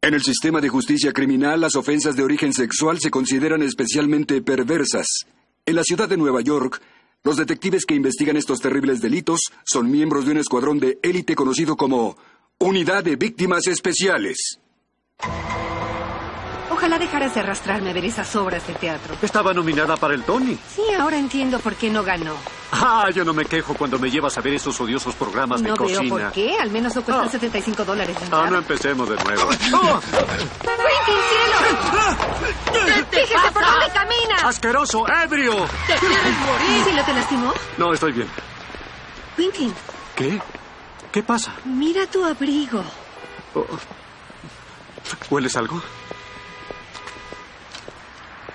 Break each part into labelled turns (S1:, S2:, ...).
S1: En el sistema de justicia criminal, las ofensas de origen sexual se consideran especialmente perversas. En la ciudad de Nueva York, los detectives que investigan estos terribles delitos son miembros de un escuadrón de élite conocido como Unidad de Víctimas Especiales.
S2: Ojalá dejaras de arrastrarme a ver esas obras de teatro.
S3: Estaba nominada para el Tony.
S2: Sí, ahora entiendo por qué no ganó.
S3: Ah, yo no me quejo cuando me llevas a ver esos odiosos programas
S2: no
S3: de cocina.
S2: veo por qué. Al menos no cuestan
S3: Ah.
S2: 75 dólares. la
S3: Ah, no Ah.
S2: entrada.
S3: empecemos de nuevo.
S2: ¡Quentin, cielo!
S3: Ah.
S4: ¿Qué te
S2: ¡Fíjese por
S4: pasa?
S2: dónde camina!
S3: ¡Asqueroso! ¡Ebrio!
S4: ¿Te quieres morir?
S2: ¿Sí lo te lastimó?
S3: No, estoy bien.
S2: Quentin,
S3: ¿Qué? ¿Qué pasa?
S2: mira tu abrigo.
S3: Oh. ¿Hueles algo?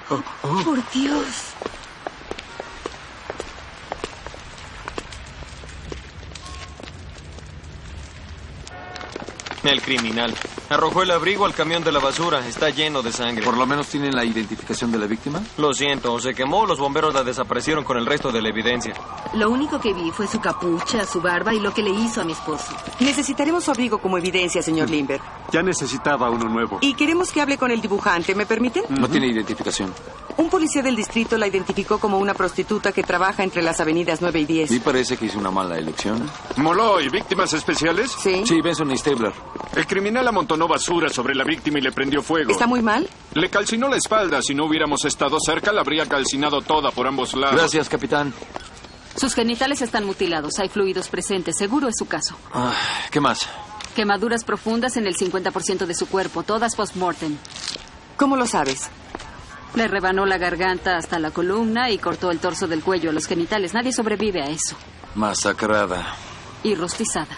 S3: Oh, oh.
S2: Por Dios.
S5: El criminal. Arrojó el abrigo al camión de la basura. Está lleno de sangre.
S6: ¿Por lo menos tienen la identificación de la víctima?
S5: Lo siento, se quemó. Los bomberos la desaparecieron con el resto de la evidencia.
S2: Lo único que vi fue su capucha, su barba y lo que le hizo a mi esposo.
S7: Necesitaremos su abrigo como evidencia, señor Lindbergh.
S3: Ya necesitaba uno nuevo.
S7: Y queremos que hable con el dibujante, ¿me permiten?
S6: No tiene identificación.
S7: Un policía del distrito la identificó como una prostituta que trabaja entre las avenidas 9 y 10.
S6: Sí parece que hizo una mala elección.
S8: Moloy, víctimas especiales.
S7: ¿Sí?
S6: Sí, Benson y Stabler.
S8: El criminal amontonó basura sobre la víctima y le prendió fuego.
S7: ¿Está muy mal?
S8: Le calcinó la espalda. Si no hubiéramos estado cerca, la habría calcinado toda por ambos lados.
S6: Gracias, capitán.
S9: Sus genitales están mutilados, hay fluidos presentes, seguro es su caso.
S6: Ah, ¿Qué más?
S9: Quemaduras profundas en el 50% de su cuerpo, todas post-mortem.
S7: ¿Cómo lo sabes?
S9: Le rebanó la garganta hasta la columna y cortó el torso del cuello a los genitales. Nadie sobrevive a eso.
S6: Masacrada.
S9: Y rostizada.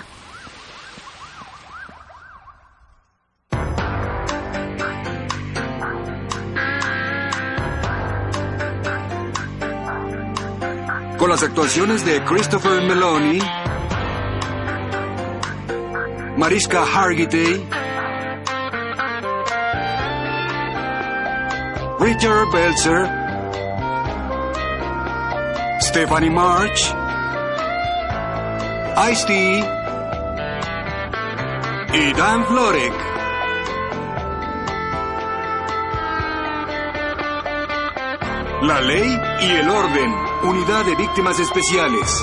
S1: Con las actuaciones de Christopher Meloni, Mariska Hargitay, Richard Belzer, Stephanie March, Ice-T y Dan Florek. La ley y el orden. Unidad de Víctimas Especiales.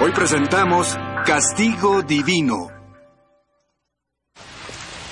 S1: Hoy presentamos Castigo Divino.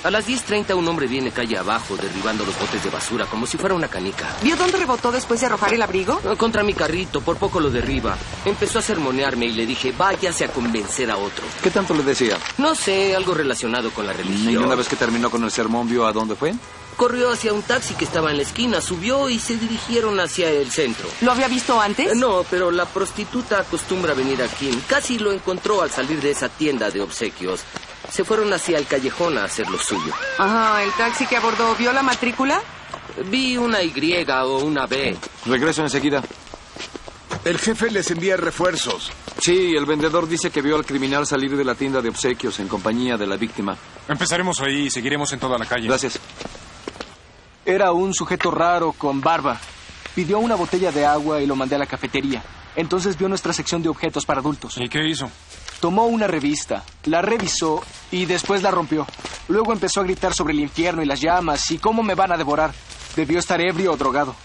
S10: A las 10.30 un hombre viene calle abajo derribando los botes de basura como si fuera una canica.
S7: ¿Vio dónde rebotó después de arrojar el abrigo?
S10: Ah, Contra mi carrito, por poco lo derriba. Empezó a sermonearme y le dije, váyase a convencer a otro.
S6: ¿Qué tanto le decía?
S10: No sé, algo relacionado con la religión.
S6: Y una vez que terminó con el sermón, ¿vio a dónde fue?
S10: Corrió hacia un taxi que estaba en la esquina, subió y se dirigieron hacia el centro.
S7: ¿Lo había visto antes?
S10: Eh, No, pero la prostituta acostumbra venir aquí. Casi lo encontró al salir de esa tienda de obsequios. Se fueron hacia el callejón a hacer lo suyo.
S7: Ajá, el taxi que abordó, ¿vio la matrícula?
S10: Vi una Y o una B.
S6: Regreso enseguida.
S11: El jefe les envía refuerzos.
S6: Sí, el vendedor dice que vio al criminal salir de la tienda de obsequios en compañía de la víctima.
S12: Empezaremos ahí y seguiremos en toda la calle.
S6: Gracias.
S13: Era un sujeto raro con barba. Pidió una botella de agua y lo mandé a la cafetería. Entonces vio nuestra sección de objetos para adultos.
S12: ¿Y qué hizo?
S13: Tomó una revista, la revisó y después la rompió. Luego empezó a gritar sobre el infierno y las llamas y cómo me van a devorar. Debió estar ebrio o drogado.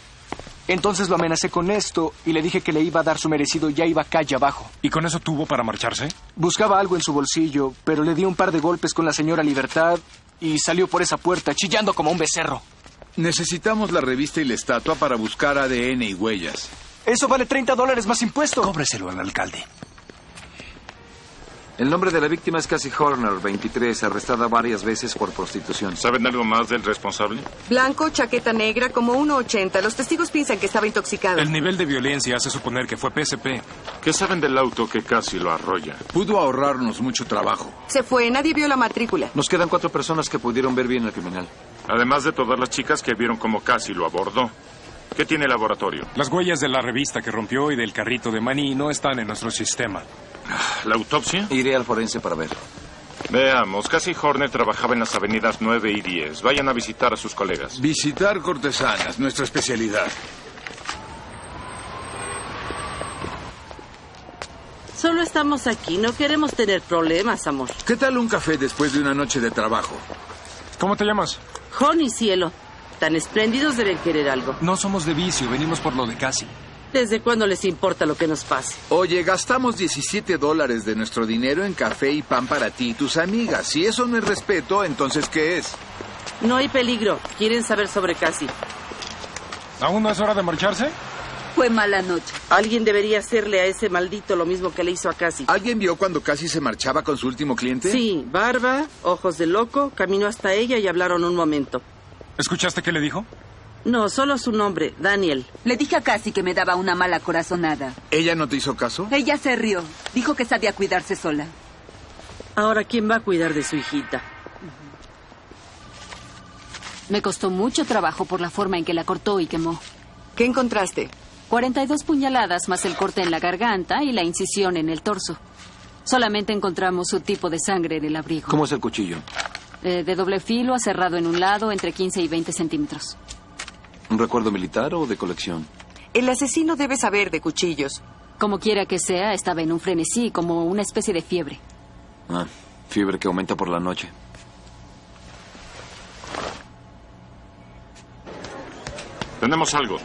S13: Entonces lo amenacé con esto y le dije que le iba a dar su merecido y ya iba calle abajo.
S12: ¿Y con eso tuvo para marcharse?
S13: Buscaba algo en su bolsillo, pero le di un par de golpes con la señora Libertad y salió por esa puerta chillando como un becerro.
S11: Necesitamos la revista y la estatua para buscar ADN y huellas.
S13: Eso vale 30 dólares más impuesto.
S12: Cóbreselo al alcalde.
S6: El nombre de la víctima es Cassie Horner, 23, arrestada varias veces por prostitución.
S8: ¿Saben algo más del responsable?
S7: Blanco, chaqueta negra, como 1,80. Los testigos piensan que estaba intoxicado.
S12: El nivel de violencia hace suponer que fue PSP.
S8: ¿Qué saben del auto que casi lo arrolla?
S11: Pudo ahorrarnos mucho trabajo.
S7: Se fue, nadie vio la matrícula.
S6: Nos quedan cuatro personas que pudieron ver bien al criminal.
S8: Además de todas las chicas que vieron como casi lo abordó. ¿Qué tiene el laboratorio?
S12: Las huellas de la revista que rompió y del carrito de Manny no están en nuestro sistema.
S8: Ah, ¿La autopsia?
S6: Iré al forense para ver.
S8: Veamos, Cassie Horner trabajaba en las avenidas 9 y 10. Vayan a visitar a sus colegas.
S11: Visitar cortesanas, nuestra especialidad.
S14: Solo estamos aquí, no queremos tener problemas, amor.
S11: ¿Qué tal un café después de una noche de trabajo?
S15: ¿Cómo te llamas?
S14: Honey, cielo. Tan espléndidos deben querer algo.
S15: No somos de vicio, venimos por lo de casi.
S14: ¿Desde cuándo les importa lo que nos pase?
S11: Oye, gastamos 17 dólares de nuestro dinero en café y pan para ti y tus amigas. Si eso no es respeto, entonces ¿qué es?
S14: No hay peligro. Quieren saber sobre Cassie.
S15: ¿Aún no es hora de marcharse?
S14: Fue mala noche. Alguien debería hacerle a ese maldito lo mismo que le hizo a Cassie.
S11: ¿Alguien vio cuando Cassie se marchaba con su último cliente?
S14: Sí, barba, ojos de loco, caminó hasta ella y hablaron un momento.
S15: ¿Escuchaste qué le dijo?
S14: No, solo su nombre, Daniel.
S16: Le dije a Cassie que me daba una mala corazonada.
S11: ¿Ella no te hizo caso?
S16: Ella se rió. Dijo que sabía cuidarse sola.
S14: Ahora, ¿quién va a cuidar de su hijita?
S9: Me costó mucho trabajo por la forma en que la cortó y quemó.
S7: ¿Qué encontraste?
S9: 42 puñaladas más el corte en la garganta y la incisión en el torso. Solamente encontramos su tipo de sangre en el abrigo.
S6: ¿Cómo es el cuchillo?
S9: Eh, de doble filo, aserrado en un lado, entre 15 y 20 centímetros.
S6: ¿Un recuerdo militar o de colección?
S7: El asesino debe saber de cuchillos.
S9: Como quiera que sea, estaba en un frenesí, como una especie de fiebre.
S6: Ah, fiebre que aumenta por la noche.
S8: Tenemos algo.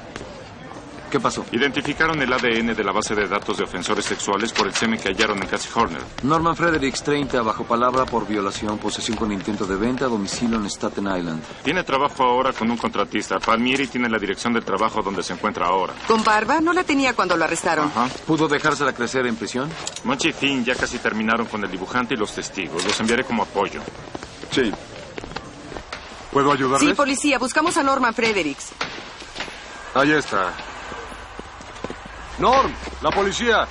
S6: ¿Qué pasó?
S8: Identificaron el ADN de la base de datos de ofensores sexuales por el semen que hallaron en Cassie Horner.
S6: Norman Fredericks, 30, bajo palabra por violación, posesión con intento de venta, domicilio en Staten Island.
S8: Tiene trabajo ahora con un contratista. Palmieri tiene la dirección del trabajo donde se encuentra ahora.
S7: ¿Con barba? No la tenía cuando lo arrestaron.
S8: Ajá.
S6: ¿Pudo dejársela crecer en prisión?
S8: Monchi y Finn ya casi terminaron con el dibujante y los testigos. Los enviaré como apoyo.
S11: Sí. ¿Puedo ayudarles?
S7: Sí, policía, buscamos a Norman Fredericks.
S11: Ahí está.
S17: Norm, la policía.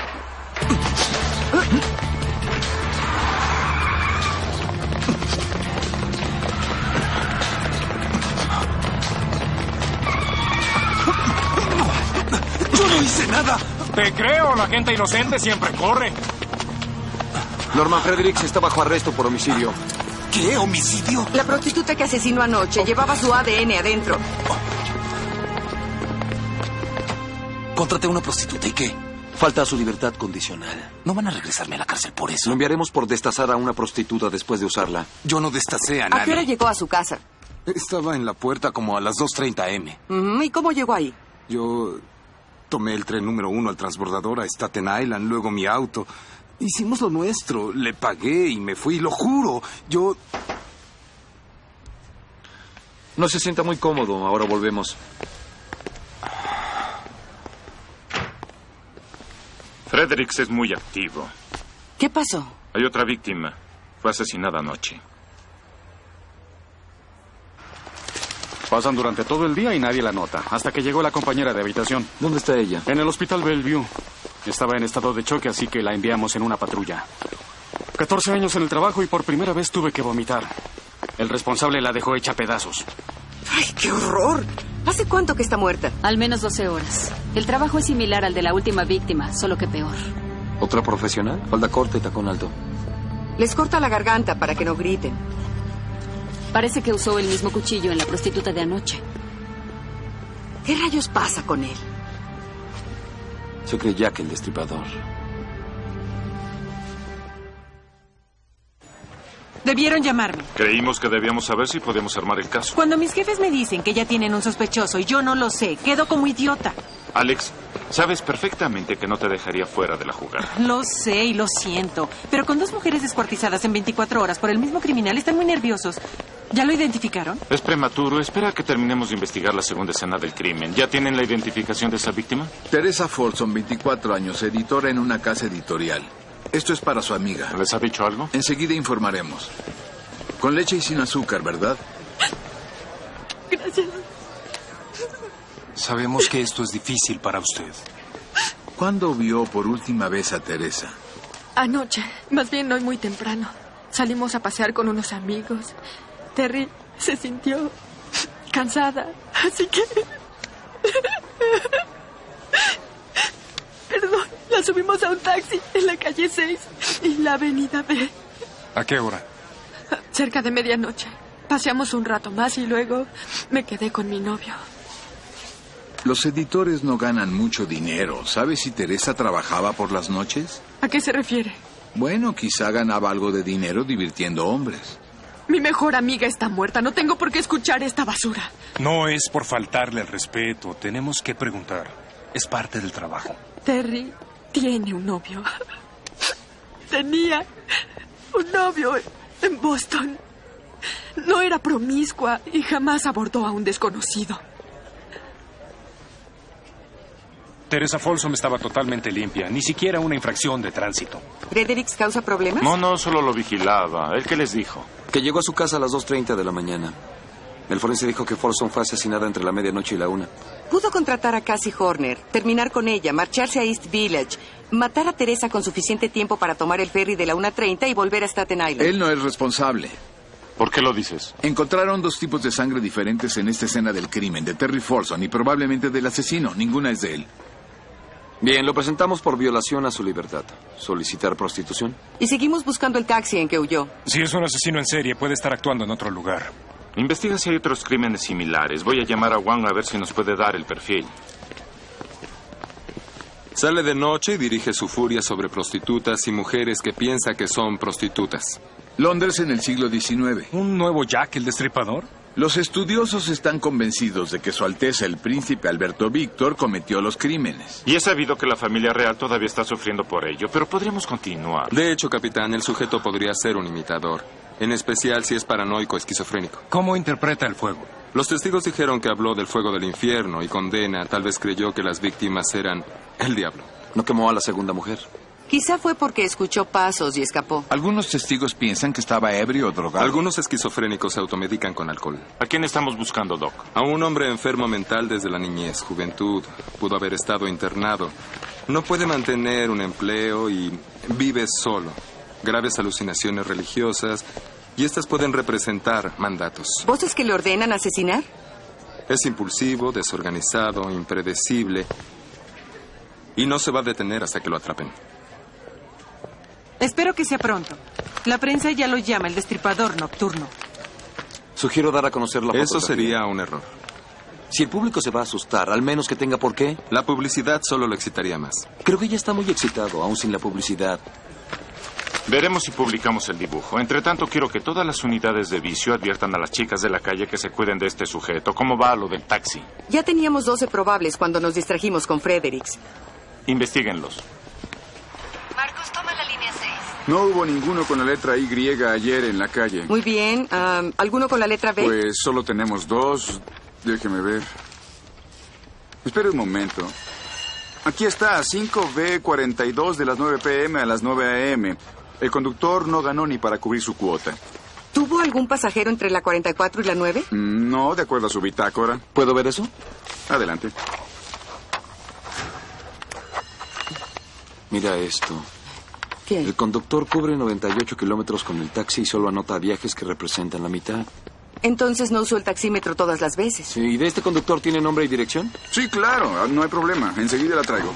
S15: ¡Yo no hice nada! Te creo, la gente inocente siempre corre.
S6: Norman Fredericks está bajo arresto por homicidio.
S7: ¿Qué? ¿Homicidio? La prostituta que asesinó anoche llevaba su ADN adentro.
S18: Contraté a una prostituta y qué. Falta su libertad condicional. No van a regresarme a la cárcel por eso.
S6: Lo enviaremos por destazar a una prostituta después de usarla.
S18: Yo no destacé a
S7: ¿A qué hora
S18: nadie.
S7: llegó a su casa?
S18: Estaba en la puerta como a las 2.30 M.
S7: Mm, ¿Y cómo llegó ahí?
S18: Yo tomé el tren número uno al transbordador a Staten Island, luego mi auto. Hicimos lo nuestro. Le pagué Eh, y me fui, lo juro. Yo...
S6: No se sienta muy cómodo, ahora volvemos.
S8: Fredericks es muy activo.
S7: ¿Qué pasó?
S8: Hay otra víctima. Fue asesinada anoche.
S3: Pasan durante todo el día y nadie la nota, hasta que llegó la compañera de habitación.
S6: ¿Dónde está ella?
S3: En el hospital Bellevue. Estaba en estado de choque, así que la enviamos en una patrulla. 14 años en el trabajo y por primera vez tuve que vomitar. El responsable la dejó hecha pedazos.
S7: ¡Ay, qué horror! ¿Hace cuánto que está muerta?
S9: Al menos 12 horas. El trabajo es similar al de la última víctima, solo que peor.
S6: ¿Otra profesional? Falda corta y tacón alto.
S7: Les corta la garganta para que no griten.
S9: Parece que usó el mismo cuchillo en la prostituta de anoche.
S7: ¿Qué rayos pasa con él?
S6: Se cree Jack el destripador.
S19: Debieron llamarme.
S8: Creímos que debíamos saber si podíamos armar el caso.
S19: Cuando mis jefes me dicen que ya tienen un sospechoso y yo no lo sé, quedo como idiota.
S8: Alex, sabes perfectamente que no te dejaría fuera de la jugada.
S19: Lo sé y lo siento, pero con dos mujeres descuartizadas en 24 horas por el mismo criminal están muy nerviosos. ¿Ya lo identificaron?
S8: Es prematuro. Espera que terminemos de investigar la segunda escena del crimen. ¿Ya tienen la identificación de esa víctima?
S11: Teresa Folsom, 24 años, editora en una casa editorial. Esto es para su amiga.
S8: ¿Les ha dicho algo?
S11: Enseguida informaremos. Con leche y sin azúcar, ¿verdad?
S19: Gracias.
S15: Sabemos que esto es difícil para usted.
S11: ¿Cuándo vio por última vez a Teresa?
S20: Anoche, más bien hoy muy temprano, salimos a pasear con unos amigos. Terry se sintió cansada, así que... Perdón, la subimos a un taxi en la calle 6 y la avenida B,
S15: ¿A qué hora?
S20: cerca de medianoche. Paseamos un rato más y luego me quedé con mi novio.
S11: Los editores no ganan mucho dinero. ¿Sabes si Teresa trabajaba por las noches?
S20: ¿A qué se refiere?
S11: Bueno, quizá ganaba algo de dinero divirtiendo hombres.
S20: Mi mejor amiga está muerta. No tengo por qué escuchar esta basura.
S14: No es por faltarle el respeto. Tenemos que preguntar. Es parte del trabajo.
S20: Terry tiene un novio. Tenía un novio en Boston. No era promiscua y jamás abordó a un desconocido.
S14: Teresa Folsom estaba totalmente limpia. Ni siquiera una infracción de tránsito.
S7: ¿Fredericks causa problemas?
S8: No, no, solo lo vigilaba. Eh, ¿El qué les dijo?
S6: Que llegó a su casa a las 2.30 de la mañana. El forense dijo que Folsom fue asesinada entre la medianoche y la una.
S7: Pudo contratar a Cassie Horner, terminar con ella, marcharse a East Village, matar a Teresa con suficiente tiempo para tomar el ferry de la 1.30 y volver a Staten Island.
S11: Él no es responsable.
S8: ¿Por qué lo dices?
S11: Encontraron dos tipos de sangre diferentes en esta escena del crimen, de Terry Folsom y probablemente del asesino. Ninguna es de él.
S6: Bien, lo presentamos por violación a su libertad. Solicitar prostitución.
S7: Y seguimos buscando el taxi en que huyó.
S14: Si es un asesino en serie, puede estar actuando en otro lugar.
S8: Investiga si hay otros crímenes similares. Voy a llamar a Wang a ver si nos puede dar el perfil.
S18: Sale de noche y dirige su furia sobre prostitutas y mujeres que piensa que son prostitutas.
S11: Londres en el siglo XIX.
S14: ¿Un nuevo Jack el Destripador?
S11: Los estudiosos están convencidos de que Su Alteza el Príncipe Alberto Víctor cometió los crímenes.
S8: Y es sabido que la familia real todavía está sufriendo por ello, pero podríamos continuar.
S18: De hecho, capitán, el sujeto podría ser un imitador, en especial si es paranoico esquizofrénico.
S14: ¿Cómo interpreta el fuego?
S18: Los testigos dijeron que habló del fuego del infierno y condena, tal vez creyó que las víctimas eran el diablo.
S6: No quemó a la segunda mujer.
S7: Quizá fue porque escuchó pasos y escapó.
S11: Algunos testigos piensan que estaba ebrio o drogado.
S18: Algunos esquizofrénicos se automedican con alcohol.
S8: ¿A quién estamos buscando, Doc?
S18: A un hombre enfermo mental desde la niñez, juventud. Pudo haber estado internado. No puede mantener un empleo y vive solo. Graves alucinaciones religiosas y estas pueden representar mandatos.
S7: ¿Voces que le ordenan asesinar?
S18: Es impulsivo, desorganizado, impredecible y no se va a detener hasta que lo atrapen.
S19: Espero que sea pronto. La prensa ya lo llama el destripador nocturno.
S6: Sugiero dar a conocer la
S18: Eso
S6: fotografía.
S18: sería un error.
S6: Si el público se va a asustar, al menos que tenga por qué.
S18: La publicidad solo lo excitaría más.
S6: Creo que ya está muy excitado, aún sin la publicidad.
S8: Veremos si publicamos el dibujo. Entre tanto, quiero que todas las unidades de vicio adviertan a las chicas de la calle que se cuiden de este sujeto. ¿Cómo va lo del taxi?
S7: Ya teníamos 12 probables cuando nos distrajimos con Fredericks.
S8: Investíguenlos.
S2: Marcos, toma la línea 6.
S21: No hubo ninguno con la letra Y ayer en la calle.
S7: Muy bien. am, ¿Alguno con la letra B?
S21: Pues solo tenemos dos. Déjeme ver. Espera un momento. Aquí está, 5B42 de las 9 pm a las 9 am. El conductor no ganó ni para cubrir su cuota.
S7: ¿Tuvo algún pasajero entre la 44 y la 9?
S21: Mm, No, de acuerdo a su bitácora.
S6: ¿Puedo ver eso?
S21: Adelante.
S6: Mira esto.
S7: ¿Qué?
S6: El conductor cubre 98 kilómetros con el taxi y solo anota viajes que representan la mitad.
S7: Entonces no usó el taxímetro todas las veces.
S6: Sí, ¿Y de este conductor tiene nombre y dirección?
S21: Sí, claro, ah, no hay problema. Enseguida la traigo.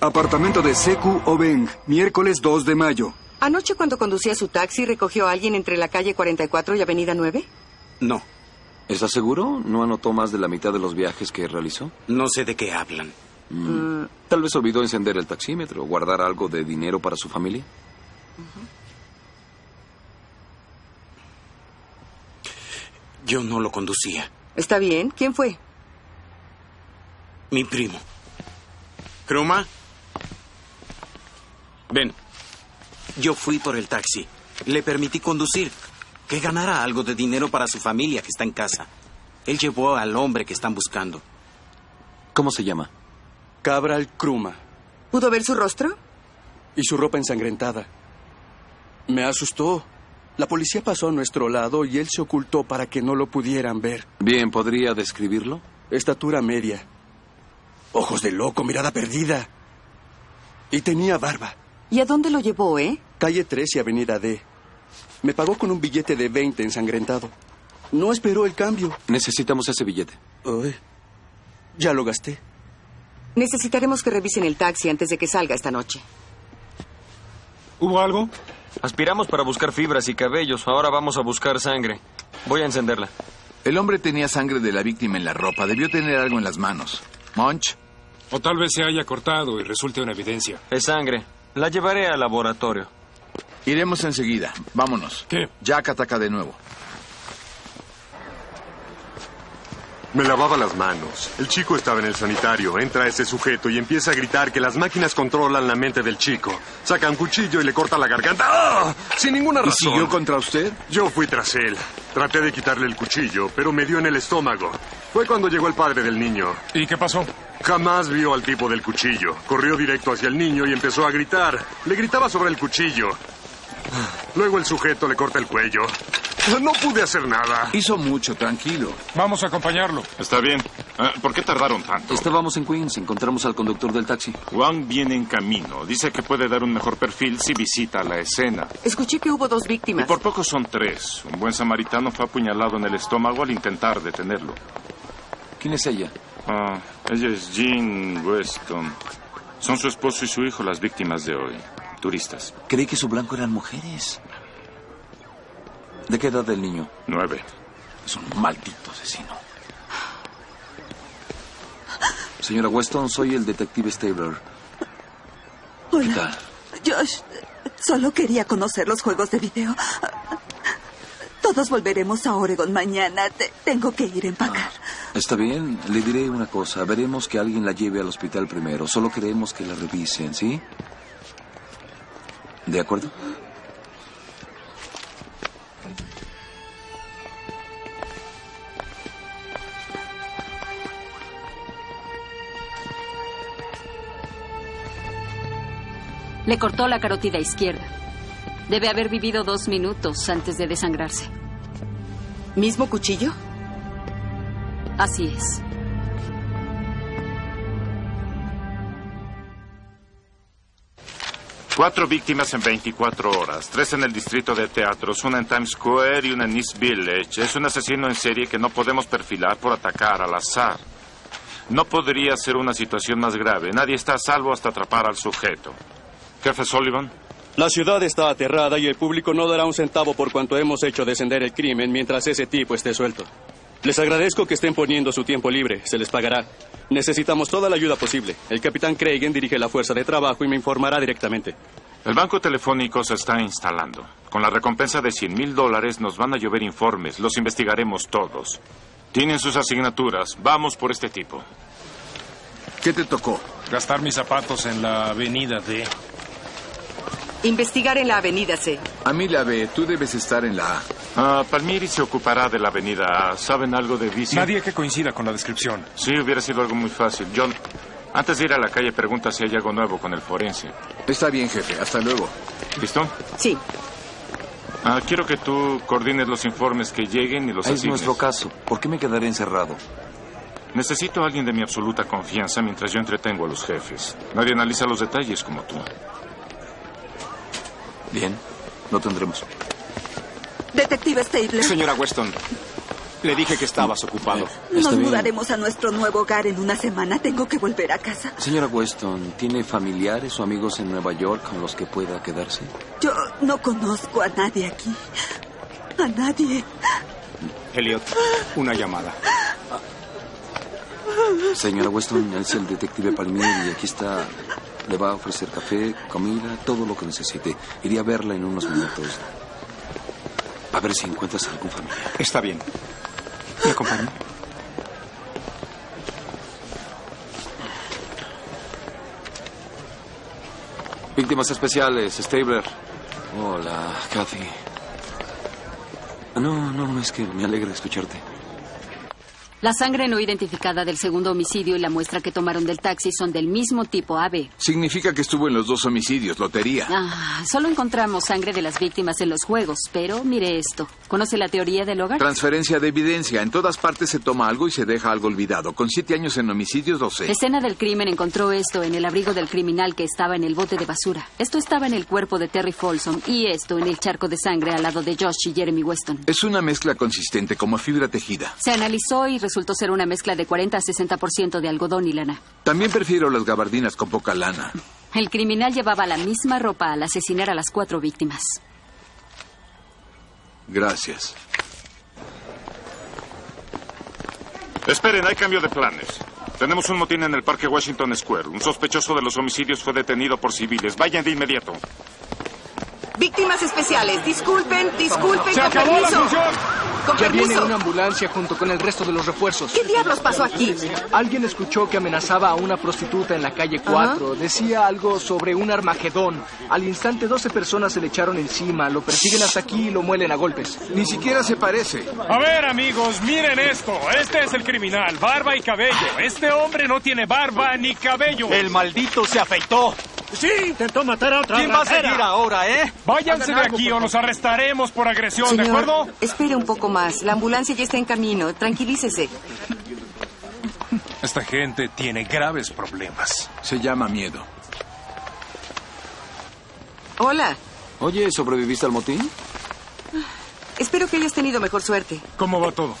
S1: Apartamento de Seku Obeng, miércoles 2 de mayo.
S7: ¿Anoche cuando conducía su taxi recogió a alguien entre la calle 44 y avenida 9?
S6: No. ¿Estás seguro? ¿No anotó más de la mitad de los viajes que realizó?
S22: No sé de qué hablan.
S6: Mm. Tal vez olvidó encender el taxímetro, guardar algo de dinero para su familia.
S22: Yo no lo conducía.
S7: Está bien. ¿Quién fue?
S22: Mi primo. ¿Kruma? Ven. Yo fui por el taxi. Le permití conducir. Que ganara algo de dinero para su familia que está en casa. Él llevó al hombre que están buscando.
S6: ¿Cómo se llama?
S22: Cabral Kruma.
S7: ¿Pudo ver su rostro?
S22: Y su ropa ensangrentada.
S3: Me asustó. La policía pasó a nuestro lado y él se ocultó para que no lo pudieran ver.
S6: Bien, ¿podría describirlo?
S3: Estatura media. Ojos de loco, mirada perdida. Y tenía barba.
S7: ¿Y a dónde lo llevó, eh?
S3: Calle 3 y Avenida D. Me pagó con un billete de 20 ensangrentado. No esperó el cambio.
S6: Necesitamos ese billete.
S3: Ay, ya lo gasté.
S7: Necesitaremos que revisen el taxi antes de que salga esta noche.
S6: ¿Hubo algo? Aspiramos para buscar fibras y cabellos. Ahora vamos a buscar sangre. Voy a encenderla.
S11: El hombre tenía sangre de la víctima en la ropa. Debió tener algo en las manos. Monch.
S14: O tal vez se haya cortado y resulte una evidencia.
S18: Es sangre. La llevaré al laboratorio.
S11: Iremos enseguida. Vámonos.
S14: ¿Qué?
S11: Jack ataca de nuevo.
S23: Me lavaba las manos. El chico estaba en el sanitario. Entra ese sujeto y empieza a gritar que las máquinas controlan la mente del chico. Saca un cuchillo y le corta la garganta. ¡Ah! Sin ninguna
S11: ¿Y
S23: razón.
S11: siguió contra usted?
S23: Yo fui tras él. Traté de quitarle el cuchillo, pero me dio en el estómago. Fue cuando llegó el padre del niño.
S14: ¿Y qué pasó?
S23: Jamás vio al tipo del cuchillo. Corrió directo hacia el niño y empezó a gritar. Le gritaba sobre el cuchillo. Luego el sujeto le corta el cuello. No pude hacer nada.
S11: Hizo mucho, tranquilo.
S14: Vamos a acompañarlo.
S8: Está bien. Ah, ¿Por qué tardaron tanto?
S6: Estábamos en Queens, encontramos al conductor del taxi.
S8: Wang viene en camino. Dice que puede dar un mejor perfil si visita la escena.
S7: Escuché que hubo dos víctimas.
S8: Y por poco son tres. Un buen samaritano fue apuñalado en el estómago al intentar detenerlo.
S6: ¿Quién es ella?
S8: Ah, ella es Jean Weston. Son su esposo y su hijo las víctimas de hoy. Turistas.
S6: Creí que su blanco eran mujeres. ¿De qué edad el niño?
S8: Nueve.
S6: Es un maldito asesino. Señora Weston, soy el detective Stabler. ¿Qué
S16: Hola,
S6: tal?
S16: Josh. Solo quería conocer los juegos de video. Todos volveremos a Oregon mañana. Te- tengo que ir a empacar.
S6: Está bien, le diré una cosa. Veremos que alguien la lleve al hospital primero. Solo queremos que la revisen, ¿sí? ¿De acuerdo?
S9: Le cortó la carótida izquierda. Debe haber vivido dos minutos antes de desangrarse.
S7: ¿Mismo cuchillo?
S9: Así es.
S8: Cuatro víctimas en 24 horas, tres en el distrito de teatros, una en Times Square y una en East Village. Es un asesino en serie que no podemos perfilar por atacar al azar. No podría ser una situación más grave. Nadie está a salvo hasta atrapar al sujeto. Jefe Sullivan,
S3: La ciudad está aterrada y el público no dará un centavo por cuanto hemos hecho descender el crimen mientras ese tipo esté suelto. Les agradezco que estén poniendo su tiempo libre, se les pagará. Necesitamos toda la ayuda posible. El capitán Craigen dirige la fuerza de trabajo y me informará directamente.
S8: el banco telefónico se está instalando. Con la recompensa de 100 mil dólares nos van a llover informes. Los investigaremos todos. Tienen sus asignaturas. Vamos por este tipo.
S11: ¿Qué te tocó?
S14: Gastar mis zapatos en la avenida D.
S7: Investigar en la avenida C.
S11: A mí la B, tú debes estar en la A.
S8: Ah, Palmieri se ocupará de la avenida A. ¿Saben algo de bici?
S14: Nadie que coincida con la descripción.
S8: Sí, hubiera sido algo muy fácil. John, antes de ir a la calle, pregunta si hay algo nuevo con el forense.
S11: Está bien, jefe. Hasta luego.
S8: ¿Listo?
S7: Sí.
S8: Ah, quiero que tú coordines los informes que lleguen y los
S6: es
S8: asignes.
S6: nuestro caso. ¿Por qué me quedaré encerrado?
S8: Necesito a alguien de mi absoluta confianza mientras yo entretengo a los jefes. Nadie analiza los detalles como tú.
S6: Bien, lo tendremos.
S16: Detective Stabler.
S17: Señora Weston, le dije que estabas ocupado.
S16: Nos mudaremos a nuestro nuevo hogar en una semana. Tengo que volver a casa.
S6: Señora Weston, ¿tiene familiares o amigos en Nueva York con los que pueda quedarse?
S16: Yo no conozco a nadie aquí. A nadie.
S17: Elliot, una llamada.
S6: Señora Weston, él es el detective Palmieri y aquí está. Le va a ofrecer café, comida, todo lo que necesite. Iré a verla en unos minutos. A ver si encuentras algún familiar.
S17: Está bien. ¿Me acompaña?
S6: Víctimas especiales, Stabler. Hola, Kathy. No, no, es que me alegra escucharte.
S9: La sangre no identificada del segundo homicidio y la muestra que tomaron del taxi son del mismo tipo AB.
S11: Significa que estuvo en los dos homicidios, lotería.
S9: Ah, solo encontramos sangre de las víctimas en los juegos, pero mire esto. ¿Conoce la teoría del hogar?
S11: Transferencia de evidencia. En todas partes se toma algo y se deja algo olvidado. Con siete años en homicidios, lo sé.
S9: La escena del crimen encontró esto en el abrigo del criminal que estaba en el bote de basura. Esto estaba en el cuerpo de Terry Folsom y esto en el charco de sangre al lado de Josh y Jeremy Weston.
S11: Es una mezcla consistente, como fibra tejida.
S9: Se analizó y resultó ser una mezcla de 40 a 60% de algodón y lana.
S11: También prefiero las gabardinas con poca lana.
S9: El criminal llevaba la misma ropa al asesinar a las cuatro víctimas.
S11: Gracias.
S8: Esperen, hay cambio de planes. Tenemos un motín en el parque Washington Square. Un sospechoso de los homicidios fue detenido por civiles. Vayan de inmediato.
S7: Víctimas especiales, disculpen, disculpen,
S13: ¡Se
S7: con
S13: acabó la
S7: permiso.
S13: función!
S7: Con
S13: Ya
S7: permiso.
S13: viene una ambulancia junto con el resto de los refuerzos.
S7: ¿Qué diablos pasó aquí?
S13: Alguien escuchó que amenazaba a una prostituta en la calle 4. Decía algo sobre un armagedón. Al instante, 12 personas se le echaron encima, lo persiguen hasta aquí y lo muelen a golpes. Ni siquiera se parece.
S14: A ver, amigos, miren esto. Este es el criminal, barba y cabello. Este hombre no tiene barba ni cabello.
S5: El maldito se afeitó. Sí, intentó matar a otra. ¿Quién va a
S14: ratera.
S5: seguir ahora, eh?
S14: Váyanse
S5: Hagan
S14: de
S5: algo,
S14: aquí
S5: por
S14: o nos arrestaremos por agresión, ¿de
S7: Señor,
S14: acuerdo?
S7: espere un poco más. La ambulancia ya está en camino. Tranquilícese.
S14: Esta gente tiene graves problemas.
S6: Se llama miedo.
S7: Hola.
S6: Oye, ¿sobreviviste al motín?
S7: Espero que hayas tenido mejor suerte.
S14: ¿Cómo va todo?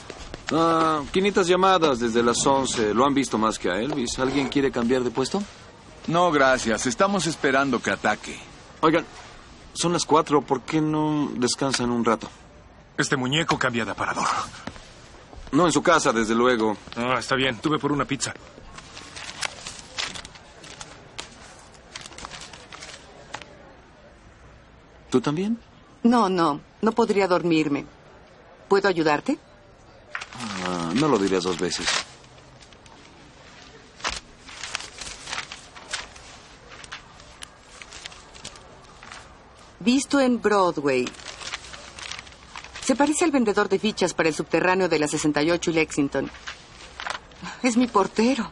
S6: Ah, 500 llamadas desde las 11. Lo han visto más que a Elvis. ¿Alguien quiere cambiar de puesto?
S11: No, gracias. Estamos esperando que ataque.
S6: Oigan, son las 4. ¿Por qué no descansan un rato?
S14: Este muñeco cambia de aparador.
S6: No en su casa, desde luego.
S14: Ah, está bien, tuve por una pizza.
S6: ¿Tú también?
S7: No, no. No podría dormirme. ¿Puedo ayudarte?
S6: Ah, no lo dirías dos veces.
S7: Visto en Broadway. Se parece al vendedor de fichas para el subterráneo de la 68 y Lexington. Es mi portero.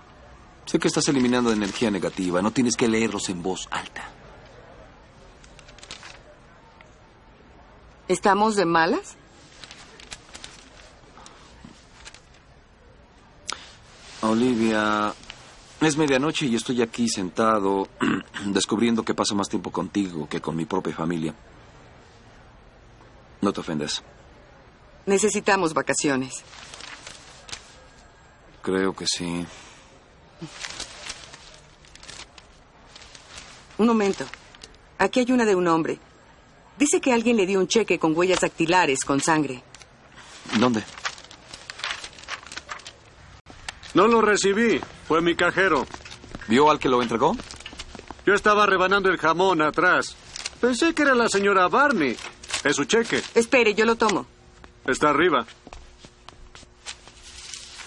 S6: Sé que estás eliminando energía negativa. No tienes que leerlos en voz alta.
S7: ¿Estamos de malas?
S6: Olivia, es medianoche y estoy aquí sentado descubriendo que paso más tiempo contigo que con mi propia familia. No te ofendas.
S7: Necesitamos vacaciones.
S6: Creo que sí.
S7: Un momento. Aquí hay una de un hombre. Dice que alguien le dio un cheque con huellas dactilares con sangre.
S6: ¿Dónde?
S5: No lo recibí. Fue mi cajero.
S6: ¿Vio al que lo entregó?
S5: Yo estaba rebanando el jamón atrás. Pensé que era la señora Barney. Es su cheque.
S7: Espere, yo lo tomo.
S5: Está arriba.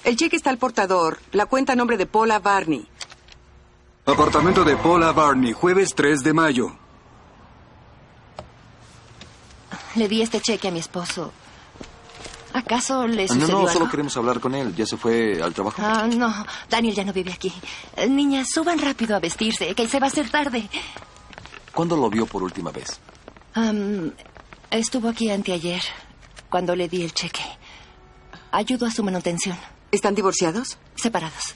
S7: El cheque está al portador. La cuenta a nombre de Paula Barney.
S1: Apartamento de Paula Barney, jueves 3 de mayo.
S2: Le di este cheque a mi esposo. ¿Acaso
S3: Ah,
S2: le
S6: No,
S2: sucedió
S6: no,
S2: algo?
S6: solo queremos hablar con él. ¿Ya se fue al trabajo?
S2: Ah, no, Daniel ya no vive aquí. Eh, Niñas, suban rápido a vestirse, que se va a hacer tarde.
S6: ¿Cuándo lo vio por última vez?
S2: Am, estuvo aquí anteayer, cuando le di el cheque. Ayudó a su manutención.
S7: ¿Están divorciados?
S2: Separados.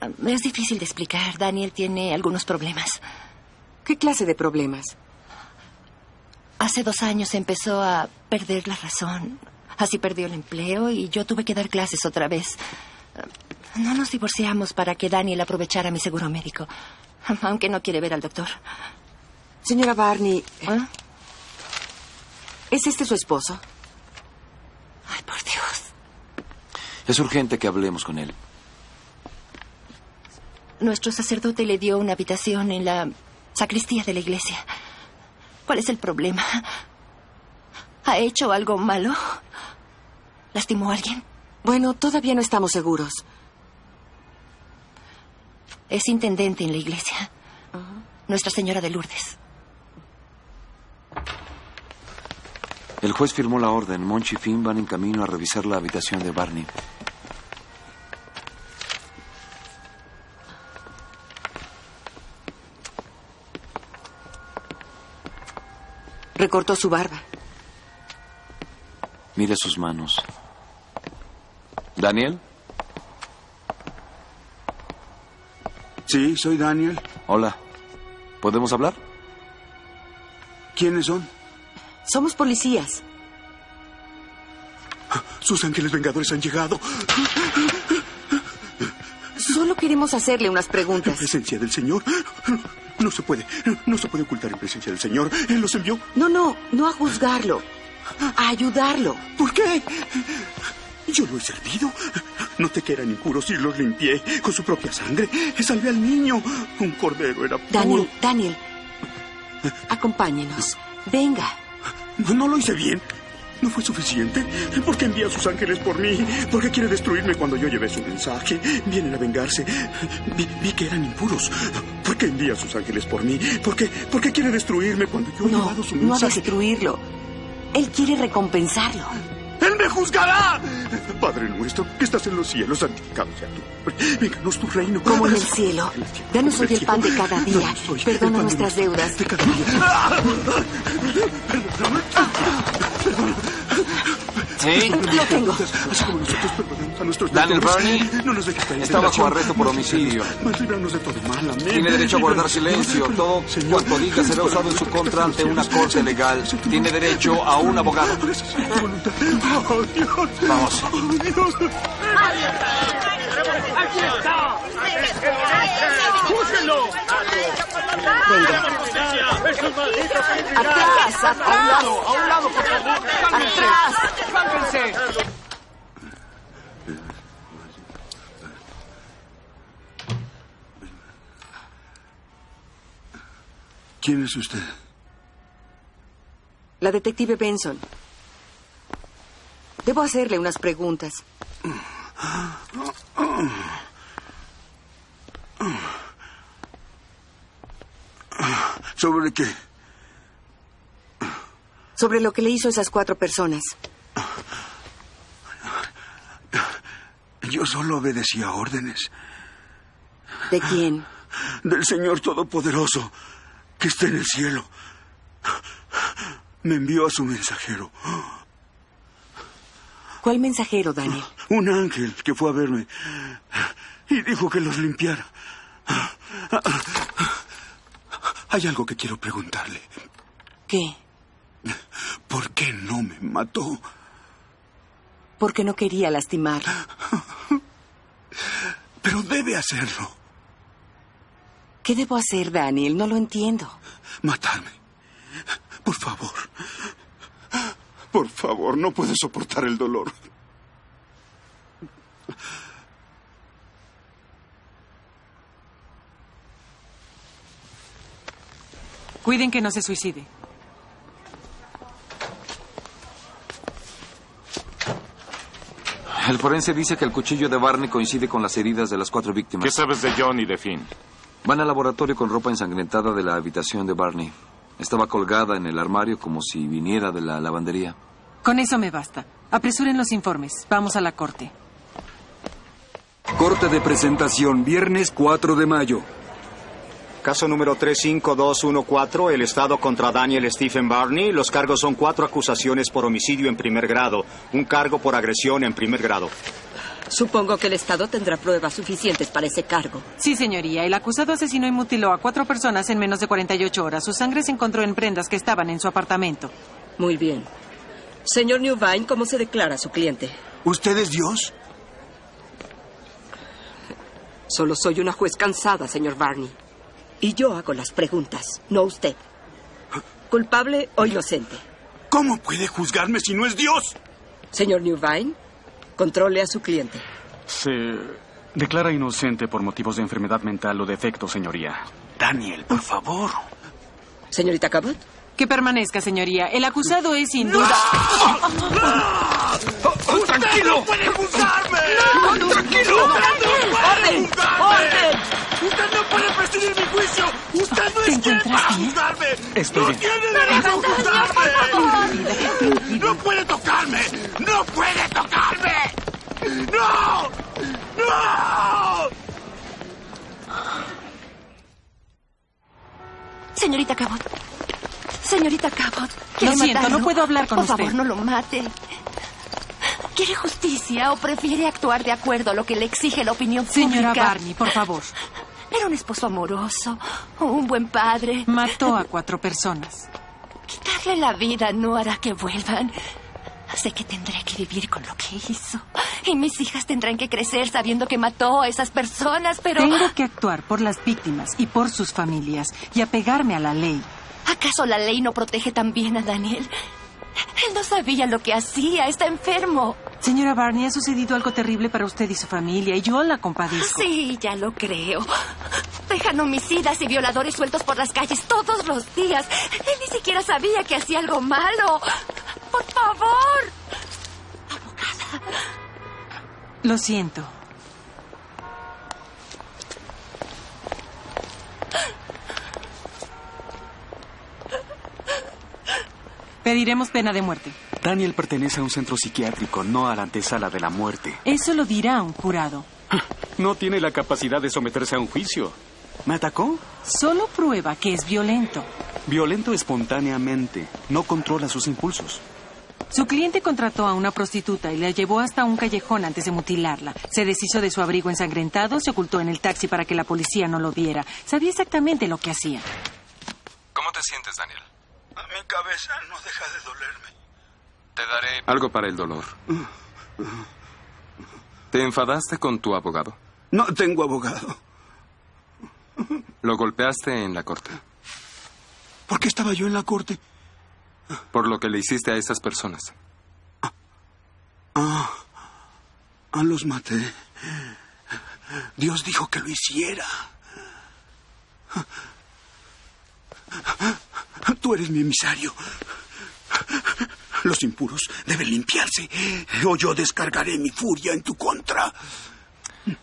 S2: Am, Es difícil de explicar. Daniel tiene algunos problemas.
S7: ¿Qué clase de problemas?
S2: Hace dos años empezó a perder la razón. Así perdió el empleo y yo tuve que dar clases otra vez. No nos divorciamos para que Daniel aprovechara mi seguro médico, aunque no quiere ver al doctor. ¿Ah?
S7: Señora Barney. ¿Es este su esposo?
S6: Es urgente que hablemos con él.
S2: Nuestro sacerdote le dio una habitación en la sacristía de la iglesia. ¿Cuál es el problema? ¿Ha hecho algo malo? ¿Lastimó a alguien?
S7: Bueno, todavía no estamos seguros.
S2: Es intendente en la iglesia. Nuestra Señora de Lourdes.
S6: El juez firmó la orden. Monchi y Finn van en camino a revisar la habitación de Barney.
S7: Recortó su barba.
S6: Mira sus manos. ¿Daniel?
S24: Sí, soy Daniel.
S6: Hola. ¿Podemos hablar?
S24: ¿Quiénes son?
S7: Somos policías.
S24: Sus ángeles vengadores han llegado.
S7: Solo queremos hacerle unas
S24: En
S7: preguntas.
S24: presencia del Señor. No se puede. No se puede ocultar en presencia del Señor. Él los envió.
S7: No, no, no a juzgarlo. A ayudarlo.
S24: ¿Por qué? Yo lo he servido. Noté que eran impuros y los limpié con su propia sangre. Salvé al niño. Un cordero era puro.
S7: Daniel, Daniel, acompáñenos. Venga.
S24: No, no lo hice bien. No fue suficiente. ¿Por qué envía a sus ángeles por mí? ¿Por qué quiere destruirme cuando yo llevé su mensaje? Vienen a vengarse. Vi, vi que eran impuros. ¿Por qué envía a sus ángeles por mí? ¿Por qué, por qué quiere destruirme cuando yo he llevado su
S7: No
S24: mensaje?
S7: destruirlo. Él quiere recompensarlo.
S24: ¡Él me juzgará! Padre nuestro, que estás en los cielos, santificado sea tu nombre. Vénganos tu reino.
S7: Como en el
S24: Hágase-
S7: cielo. Danos hoy el pan de cada día. Perdona nuestras deudas. Ah.
S24: Sí.
S7: Lo tengo.
S24: Así como nosotros perdonamos a nuestros
S6: Daniel
S24: deudores,
S6: Burney
S24: no nos dejes caer en
S6: está bajo
S24: tentación,
S6: arresto por
S24: mas líbranos-
S6: homicidio.
S24: mas líbranos de todo mal, amén.
S6: Tiene derecho a guardar
S24: Líbranos-
S6: silencio. Todo cuanto diga será usado en su contra ante una corte legal. Tiene derecho a un abogado.
S24: Oh, Dios.
S6: Vamos.
S24: Oh, Dios.
S4: ¡Aquí está! ¡Júzguenlo! ¡Esos malditos criminales! ¡Atrás, ¡A un atrás! lado, a un lado, por favor! ¡Cálmense! ¡Atrás!
S17: ¡Cálmense!
S24: ¿Quién es usted?
S7: La detective Benson. Debo hacerle unas preguntas.
S4: Ah.
S24: ¿Sobre qué?
S7: Sobre lo que le hizo a esas cuatro personas.
S24: Yo solo obedecía órdenes.
S7: ¿De quién?
S24: Del Señor Todopoderoso, que está en el cielo. Me envió a su mensajero,
S7: ¿Cuál mensajero, Daniel?
S24: un ángel que fue a verme y dijo que los limpiara. Hay algo que quiero preguntarle.
S7: ¿Qué?
S24: ¿Por qué no me mató?
S7: Porque no quería lastimarlo.
S24: Pero debe hacerlo.
S7: ¿Qué debo hacer, Daniel? No lo entiendo.
S24: Matarme. Por favor. Por favor, no puedo soportar el dolor.
S19: Cuiden que no se suicide.
S6: El forense dice que el cuchillo de Barney coincide con las heridas de las cuatro víctimas.
S25: ¿Qué sabes de John y de Finn?
S6: Van al laboratorio con ropa ensangrentada de la habitación de Barney. Estaba colgada en el armario como si viniera de la lavandería.
S19: Con eso me basta. Apresuren los informes. Vamos a la corte.
S1: Corte de presentación, viernes 4 de mayo.
S26: Caso número 35214, el Estado contra Daniel Stephen Barney. Los cargos son cuatro acusaciones por homicidio en primer grado, un cargo por agresión en primer grado.
S9: Supongo que el Estado tendrá pruebas suficientes para ese cargo.
S19: Sí, señoría. El acusado asesinó y mutiló a cuatro personas en menos de 48 horas. Su sangre se encontró en prendas que estaban en su apartamento.
S9: Muy bien. Señor Newvine, ¿cómo se declara su cliente?
S24: ¿Usted es Dios?
S9: Solo soy una juez cansada, señor Barney. Y yo hago las preguntas, no usted. ¿Culpable o inocente?
S24: ¿Cómo puede juzgarme si no es Dios?
S9: Señor Newvine, controle a su cliente.
S3: Se declara inocente por motivos de enfermedad mental o defecto, señoría. Daniel, por favor.
S9: Señorita Cabot.
S19: Que permanezca, señoría. El acusado es sin duda.
S4: ¡Tranquilo! ¡No puede juzgarme! ¡No, tranquilo! ¡Usted no puede
S9: ¡Orden!
S4: juzgarme! ¡Usted no puede presidir mi juicio! ¡Usted no es quien para juzgarme!
S3: Estoy
S4: ¡No
S3: bien.
S4: tiene derecho a juzgarme! ¡No puede tocarme! ¡No puede tocarme! ¡No! ¡No!
S2: Señorita Cabot. Señorita Cabot.
S19: Lo
S2: quiere
S19: siento,
S2: matarlo.
S19: no puedo hablar con
S2: Por
S19: usted.
S2: favor, no lo mate. ¿Quiere justicia o prefiere actuar de acuerdo a lo que le exige la opinión
S19: Señora
S2: pública?
S19: Barney, por favor.
S2: Era un esposo amoroso, un buen padre.
S19: Mató a cuatro personas.
S2: Quitarle la vida no hará que vuelvan. Sé que tendré que vivir con lo que hizo. Y mis hijas tendrán que crecer sabiendo que mató a esas personas, pero...
S19: Tengo que actuar por las víctimas y por sus familias y apegarme a la ley.
S2: ¿Acaso la ley no protege también a Daniel? Él no sabía lo que hacía, está enfermo.
S19: Señora Barney, ha sucedido algo terrible para usted y su familia, y yo la compadezco.
S2: Ah, Sí, ya lo creo. Dejan homicidas y violadores sueltos por las calles todos los días. Él ni siquiera sabía que hacía algo malo. Por favor.
S19: Lo siento. Pediremos pena de muerte.
S17: Daniel pertenece a un centro psiquiátrico, no a la antesala de la muerte.
S19: Eso lo dirá un jurado.
S17: No tiene la capacidad de someterse a un juicio. ¿Me atacó?
S19: Solo prueba que es violento.
S17: Violento espontáneamente. No controla sus impulsos.
S19: Su cliente contrató a una prostituta y la llevó hasta un callejón antes de mutilarla. Se deshizo de su abrigo ensangrentado, se ocultó en el taxi para que la policía no lo viera. Sabía exactamente lo que hacía.
S18: ¿Cómo te sientes, Daniel?
S24: Ah, Mi cabeza no deja de dolerme.
S18: Te daré... Algo para el dolor. ¿Te enfadaste con tu abogado?
S24: No tengo abogado.
S18: Lo golpeaste en la corte,
S24: ¿Por qué estaba yo en la corte?
S18: por lo que le hiciste a esas personas.
S24: Ah, ah, los maté. Dios dijo que lo hiciera. Tú eres mi emisario. Los impuros deben limpiarse o yo descargaré mi furia en tu contra.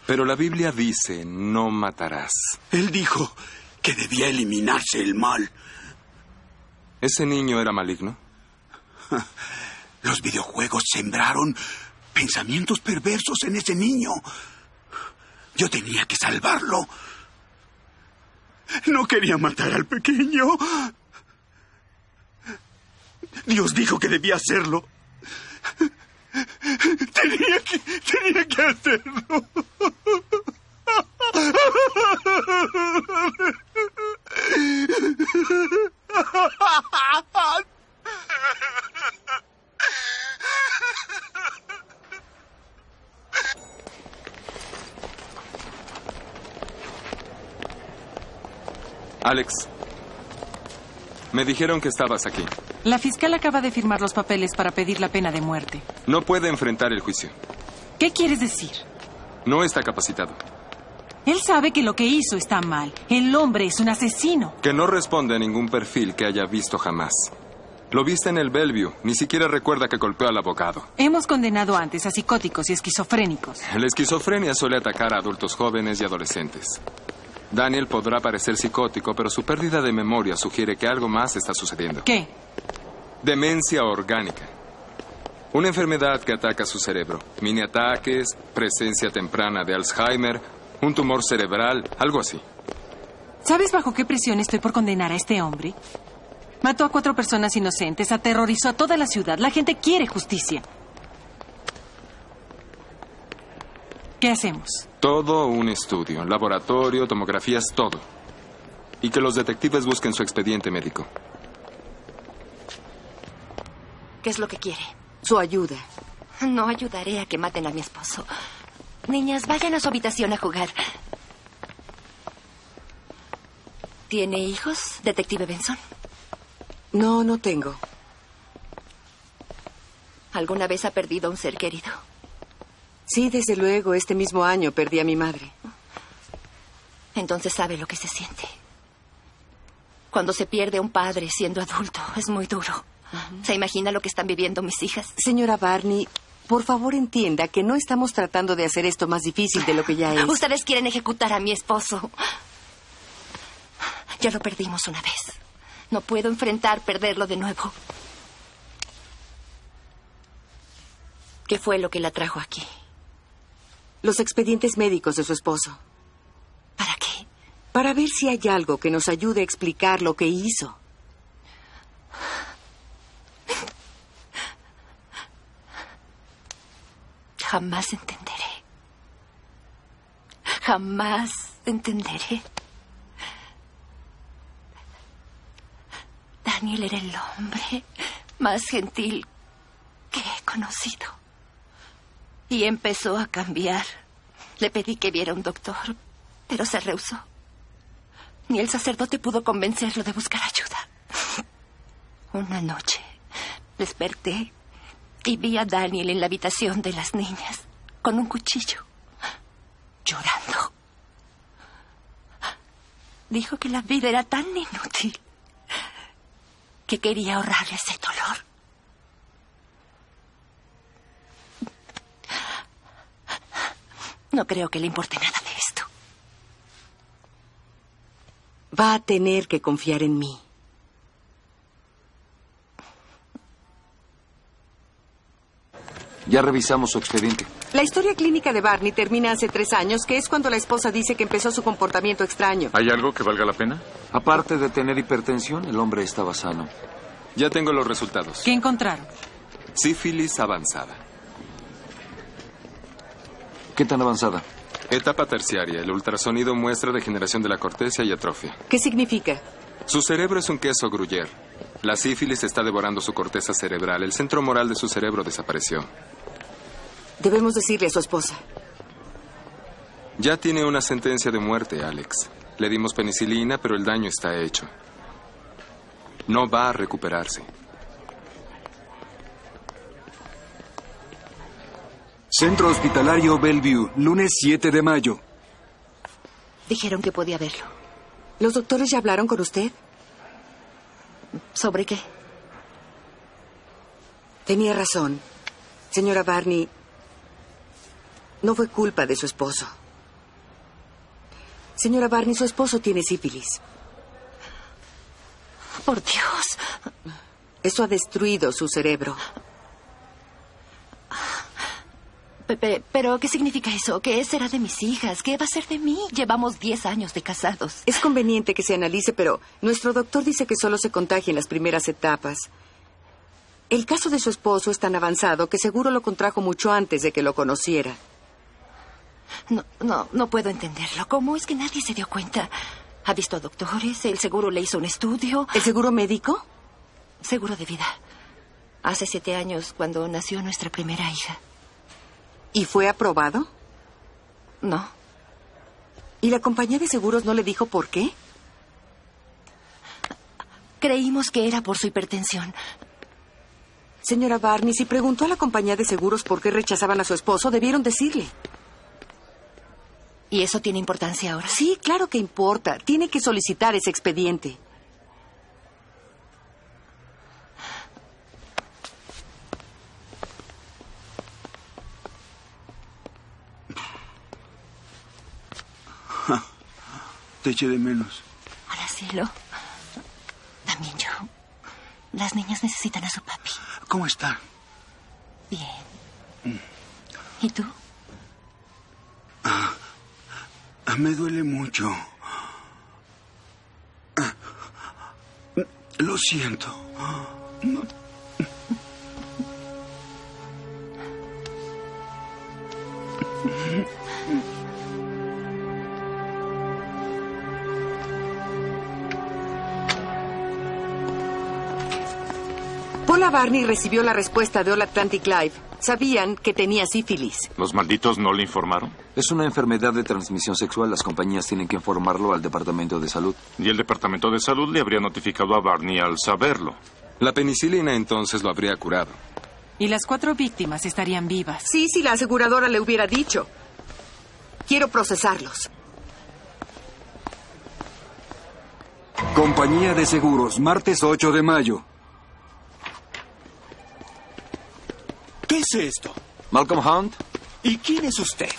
S18: Pero la Biblia dice, no matarás.
S24: Él dijo que debía eliminarse el mal.
S18: ¿Ese niño era maligno?
S24: Los videojuegos sembraron pensamientos perversos en ese niño. Yo tenía que salvarlo. No quería matar al pequeño. Dios dijo que debía hacerlo. Tenía que, tenía que hacerlo.
S18: Alex, me dijeron que estabas aquí.
S19: La fiscal acaba de firmar los papeles para pedir la pena de muerte.
S18: No puede enfrentar el juicio.
S19: ¿Qué quieres decir?
S18: No está capacitado.
S19: Él sabe que lo que hizo está mal. El hombre es un asesino.
S18: Que no responde a ningún perfil que haya visto jamás. Lo viste en el Bellevue. Ni siquiera recuerda que golpeó al abogado.
S19: Hemos condenado antes a psicóticos y esquizofrénicos.
S18: La esquizofrenia suele atacar a adultos jóvenes y adolescentes. Daniel podrá parecer psicótico, pero su pérdida de memoria sugiere que algo más está sucediendo.
S19: ¿Qué?
S18: Demencia orgánica. Una enfermedad que ataca su cerebro. Mini ataques, presencia temprana de Alzheimer, un tumor cerebral, algo así.
S19: ¿Sabes bajo qué presión estoy por condenar a este hombre? Mató a cuatro personas inocentes, aterrorizó a toda la ciudad. La gente quiere justicia. ¿Qué hacemos?
S18: Todo un estudio, laboratorio, tomografías, todo. Y que los detectives busquen su expediente médico.
S2: ¿Qué es lo que quiere?
S7: Su ayuda.
S2: No ayudaré a que maten a mi esposo. Niñas, vayan a su habitación a jugar. ¿Tiene hijos, detective Benson?
S7: No, no tengo.
S2: ¿Alguna vez ha perdido a un ser querido?
S7: Sí, desde luego, este mismo año perdí a mi madre.
S2: Entonces sabe lo que se siente. Cuando se pierde a un padre siendo adulto, es muy duro. ¿Se imagina lo que están viviendo mis hijas?
S7: Señora Barney, por favor entienda que no estamos tratando de hacer esto más difícil de lo que ya es.
S2: Ustedes quieren ejecutar a mi esposo. Ya lo perdimos una vez. No puedo enfrentar perderlo de nuevo. ¿Qué fue lo que la trajo aquí?
S7: Los expedientes médicos de su esposo.
S2: ¿Para qué?
S7: Para ver si hay algo que nos ayude a explicar lo que hizo.
S2: Jamás entenderé. Jamás entenderé. Daniel era el hombre más gentil que he conocido. Y empezó a cambiar. Le pedí que viera un doctor, pero se rehusó. Ni el sacerdote pudo convencerlo de buscar ayuda. Una noche desperté y vi a Daniel en la habitación de las niñas con un cuchillo, llorando. Dijo que la vida era tan inútil que quería ahorrarle ese dolor. No creo que le importe nada de esto.
S7: Va a tener que confiar en mí.
S6: Ya revisamos su expediente.
S7: La historia clínica de Barney termina hace tres años, que es cuando la esposa dice que empezó su comportamiento extraño.
S8: ¿Hay algo que valga la pena?
S6: Aparte de tener hipertensión, el hombre estaba sano.
S18: Ya tengo los resultados.
S19: ¿Qué encontraron?
S18: Sífilis avanzada.
S6: ¿Qué tan avanzada?
S18: Etapa terciaria. El ultrasonido muestra degeneración de la corteza y atrofia.
S7: ¿Qué significa?
S18: Su cerebro es un queso gruyer. La sífilis está devorando su corteza cerebral. El centro moral de su cerebro desapareció.
S7: Debemos decirle a su esposa.
S18: Ya tiene una sentencia de muerte, Alex. Le dimos penicilina, pero el daño está hecho. No va a recuperarse.
S1: Centro Hospitalario Bellevue, lunes 7 de mayo.
S2: Dijeron que podía verlo.
S7: ¿Los doctores ya hablaron con usted?
S2: ¿Sobre qué?
S7: Tenía razón. Señora Barney, no fue culpa de su esposo. Señora Barney, su esposo tiene sífilis.
S2: Por Dios.
S7: Eso ha destruido su cerebro.
S2: Pe- pe- pero, ¿qué significa eso? ¿Qué será de mis hijas? ¿Qué va a ser de mí? Llevamos 10 años de casados.
S7: Es conveniente que se analice, pero nuestro doctor dice que solo se contagia en las primeras etapas. El caso de su esposo es tan avanzado que seguro lo contrajo mucho antes de que lo conociera.
S2: No, no, no puedo entenderlo. ¿Cómo es que nadie se dio cuenta? ¿Ha visto a doctores? ¿El seguro le hizo un estudio?
S7: ¿El seguro médico?
S2: Seguro de vida. Hace siete años, cuando nació nuestra primera hija.
S7: ¿Y fue aprobado?
S2: No.
S7: ¿Y la compañía de seguros no le dijo por qué?
S2: Creímos que era por su hipertensión.
S7: Señora Barney, si preguntó a la compañía de seguros por qué rechazaban a su esposo, debieron decirle.
S2: ¿Y eso tiene importancia ahora?
S7: Sí, claro que importa. Tiene que solicitar ese expediente.
S24: Te eché de menos.
S2: Aracelo. También yo. Las niñas necesitan a su papi.
S24: ¿Cómo está?
S2: Bien.
S24: Mm.
S2: ¿Y tú?
S24: Ah, ah, me duele mucho. Ah, lo siento. No-
S7: Paula Barney recibió la respuesta de All Atlantic Live. Sabían que tenía sífilis.
S8: ¿Los malditos no le informaron?
S6: Es una enfermedad de transmisión sexual. Las compañías tienen que informarlo al Departamento de Salud.
S8: Y el Departamento de Salud le habría notificado a Barney al saberlo.
S18: La penicilina entonces lo habría curado.
S19: Y las cuatro víctimas estarían vivas.
S7: Sí, si la aseguradora le hubiera dicho. Quiero procesarlos.
S1: Compañía de Seguros, martes 8 de mayo.
S23: ¿Qué es esto?
S6: Malcolm Hunt,
S23: ¿Y quién es usted?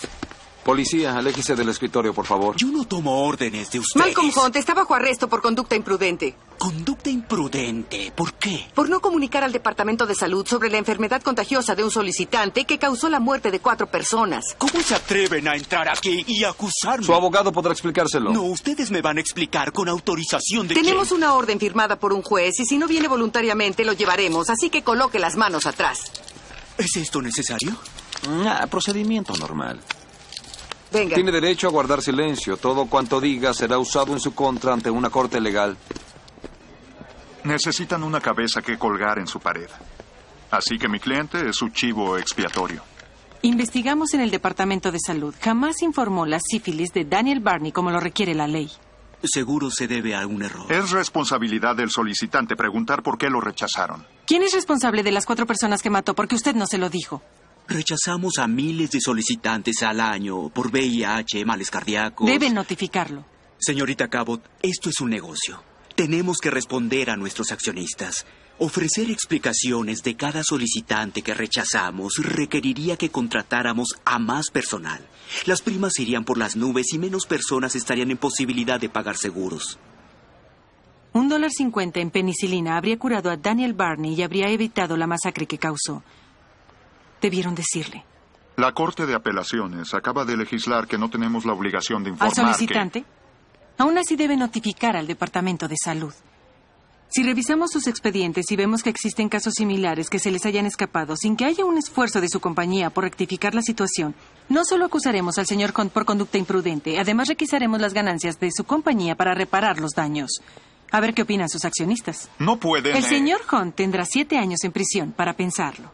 S6: policía, aléjese del escritorio, por favor.
S23: Yo no tomo órdenes de usted.
S7: Malcolm Hunt está bajo arresto por conducta imprudente.
S23: Conducta imprudente. ¿Por qué?
S7: Por no comunicar al Departamento de Salud sobre la enfermedad contagiosa de un solicitante que causó la muerte de cuatro personas.
S23: ¿Cómo se atreven a entrar aquí y acusarme?
S6: Su abogado podrá explicárselo.
S23: No, ustedes me van a explicar con autorización de
S7: Tenemos
S23: quién.
S7: una orden firmada por un juez y si no viene voluntariamente lo llevaremos, así que coloque las manos atrás.
S23: ¿Es esto necesario?
S6: Ah, procedimiento normal.
S7: Venga.
S6: Tiene derecho a guardar silencio. Todo cuanto diga será usado en su contra ante una corte legal.
S27: Necesitan una cabeza que colgar en su pared. Así que mi cliente es su chivo expiatorio.
S19: Investigamos en el Departamento de Salud. Jamás informó la sífilis de Daniel Barney como lo requiere la ley.
S23: Seguro se debe a un error.
S27: Es responsabilidad del solicitante preguntar por qué lo rechazaron.
S19: ¿Quién es responsable de las cuatro personas que mató? Porque usted no se lo dijo.
S23: Rechazamos a miles de solicitantes al año por VIH, males cardíacos.
S19: Deben notificarlo.
S23: Señorita Cabot, esto es un negocio. Tenemos que responder a nuestros accionistas. Ofrecer explicaciones de cada solicitante que rechazamos requeriría que contratáramos a más personal. Las primas irían por las nubes y menos personas estarían en posibilidad de pagar seguros.
S19: Un dólar cincuenta en penicilina habría curado a Daniel Barney y habría evitado la masacre que causó. Debieron decirle.
S27: La Corte de Apelaciones acaba de legislar que no tenemos la obligación de
S19: ¿Al
S27: informar.
S19: solicitante? Aún así debe notificar al Departamento de Salud. Si revisamos sus expedientes y vemos que existen casos similares que se les hayan escapado sin que haya un esfuerzo de su compañía por rectificar la situación, no solo acusaremos al señor Hunt por conducta imprudente, además requisaremos las ganancias de su compañía para reparar los daños. A ver qué opinan sus accionistas.
S27: que no pueden. eh,
S19: El señor Hunt tendrá siete años en prisión para pensarlo.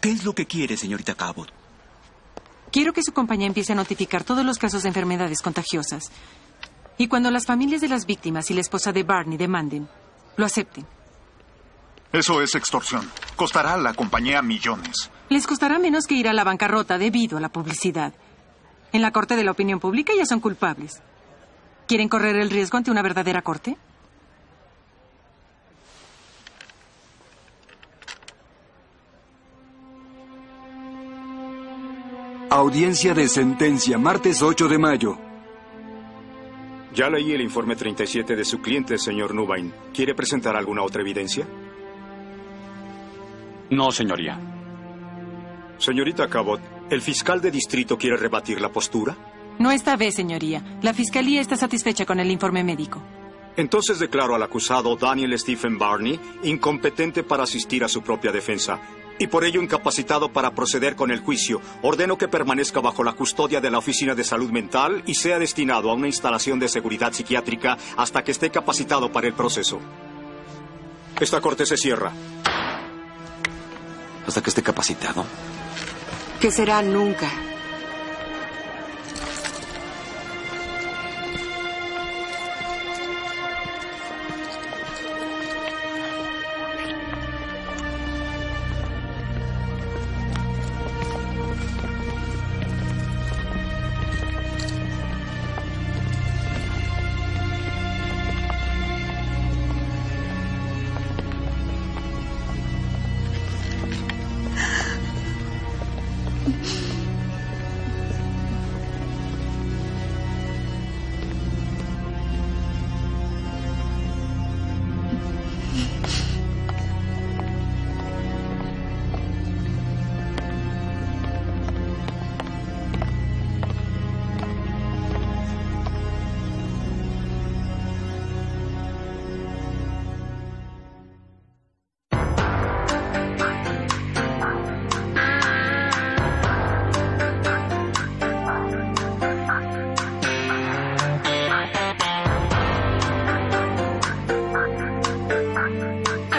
S23: ¿Qué es lo que quiere, señorita Cabot?
S19: Quiero que su compañía empiece a notificar todos los casos de enfermedades contagiosas. Y cuando las familias de las víctimas y la esposa de Barney demanden, lo acepten.
S27: Eso es extorsión. Costará a la compañía millones.
S19: Les costará menos que ir a la bancarrota debido a la publicidad. En la Corte de la Opinión Pública ya son culpables. ¿Quieren correr el riesgo ante una verdadera corte?
S1: Audiencia de sentencia, martes 8 de mayo.
S26: Ya leí el informe 37 de su cliente, señor Nubain. ¿Quiere presentar alguna otra evidencia?
S17: No, señoría.
S26: Señorita Cabot, ¿el fiscal de distrito quiere rebatir la postura?
S19: No esta vez, señoría. La Fiscalía está satisfecha con el informe médico.
S26: Entonces declaro al acusado Daniel Stephen Barney incompetente para asistir a su propia defensa y por ello incapacitado para proceder con el juicio. Ordeno que permanezca bajo la custodia de la Oficina de Salud Mental y sea destinado a una instalación de seguridad psiquiátrica hasta que esté capacitado para el proceso. Esta corte se cierra.
S6: Hasta que esté capacitado.
S7: Que será nunca.
S4: Ah,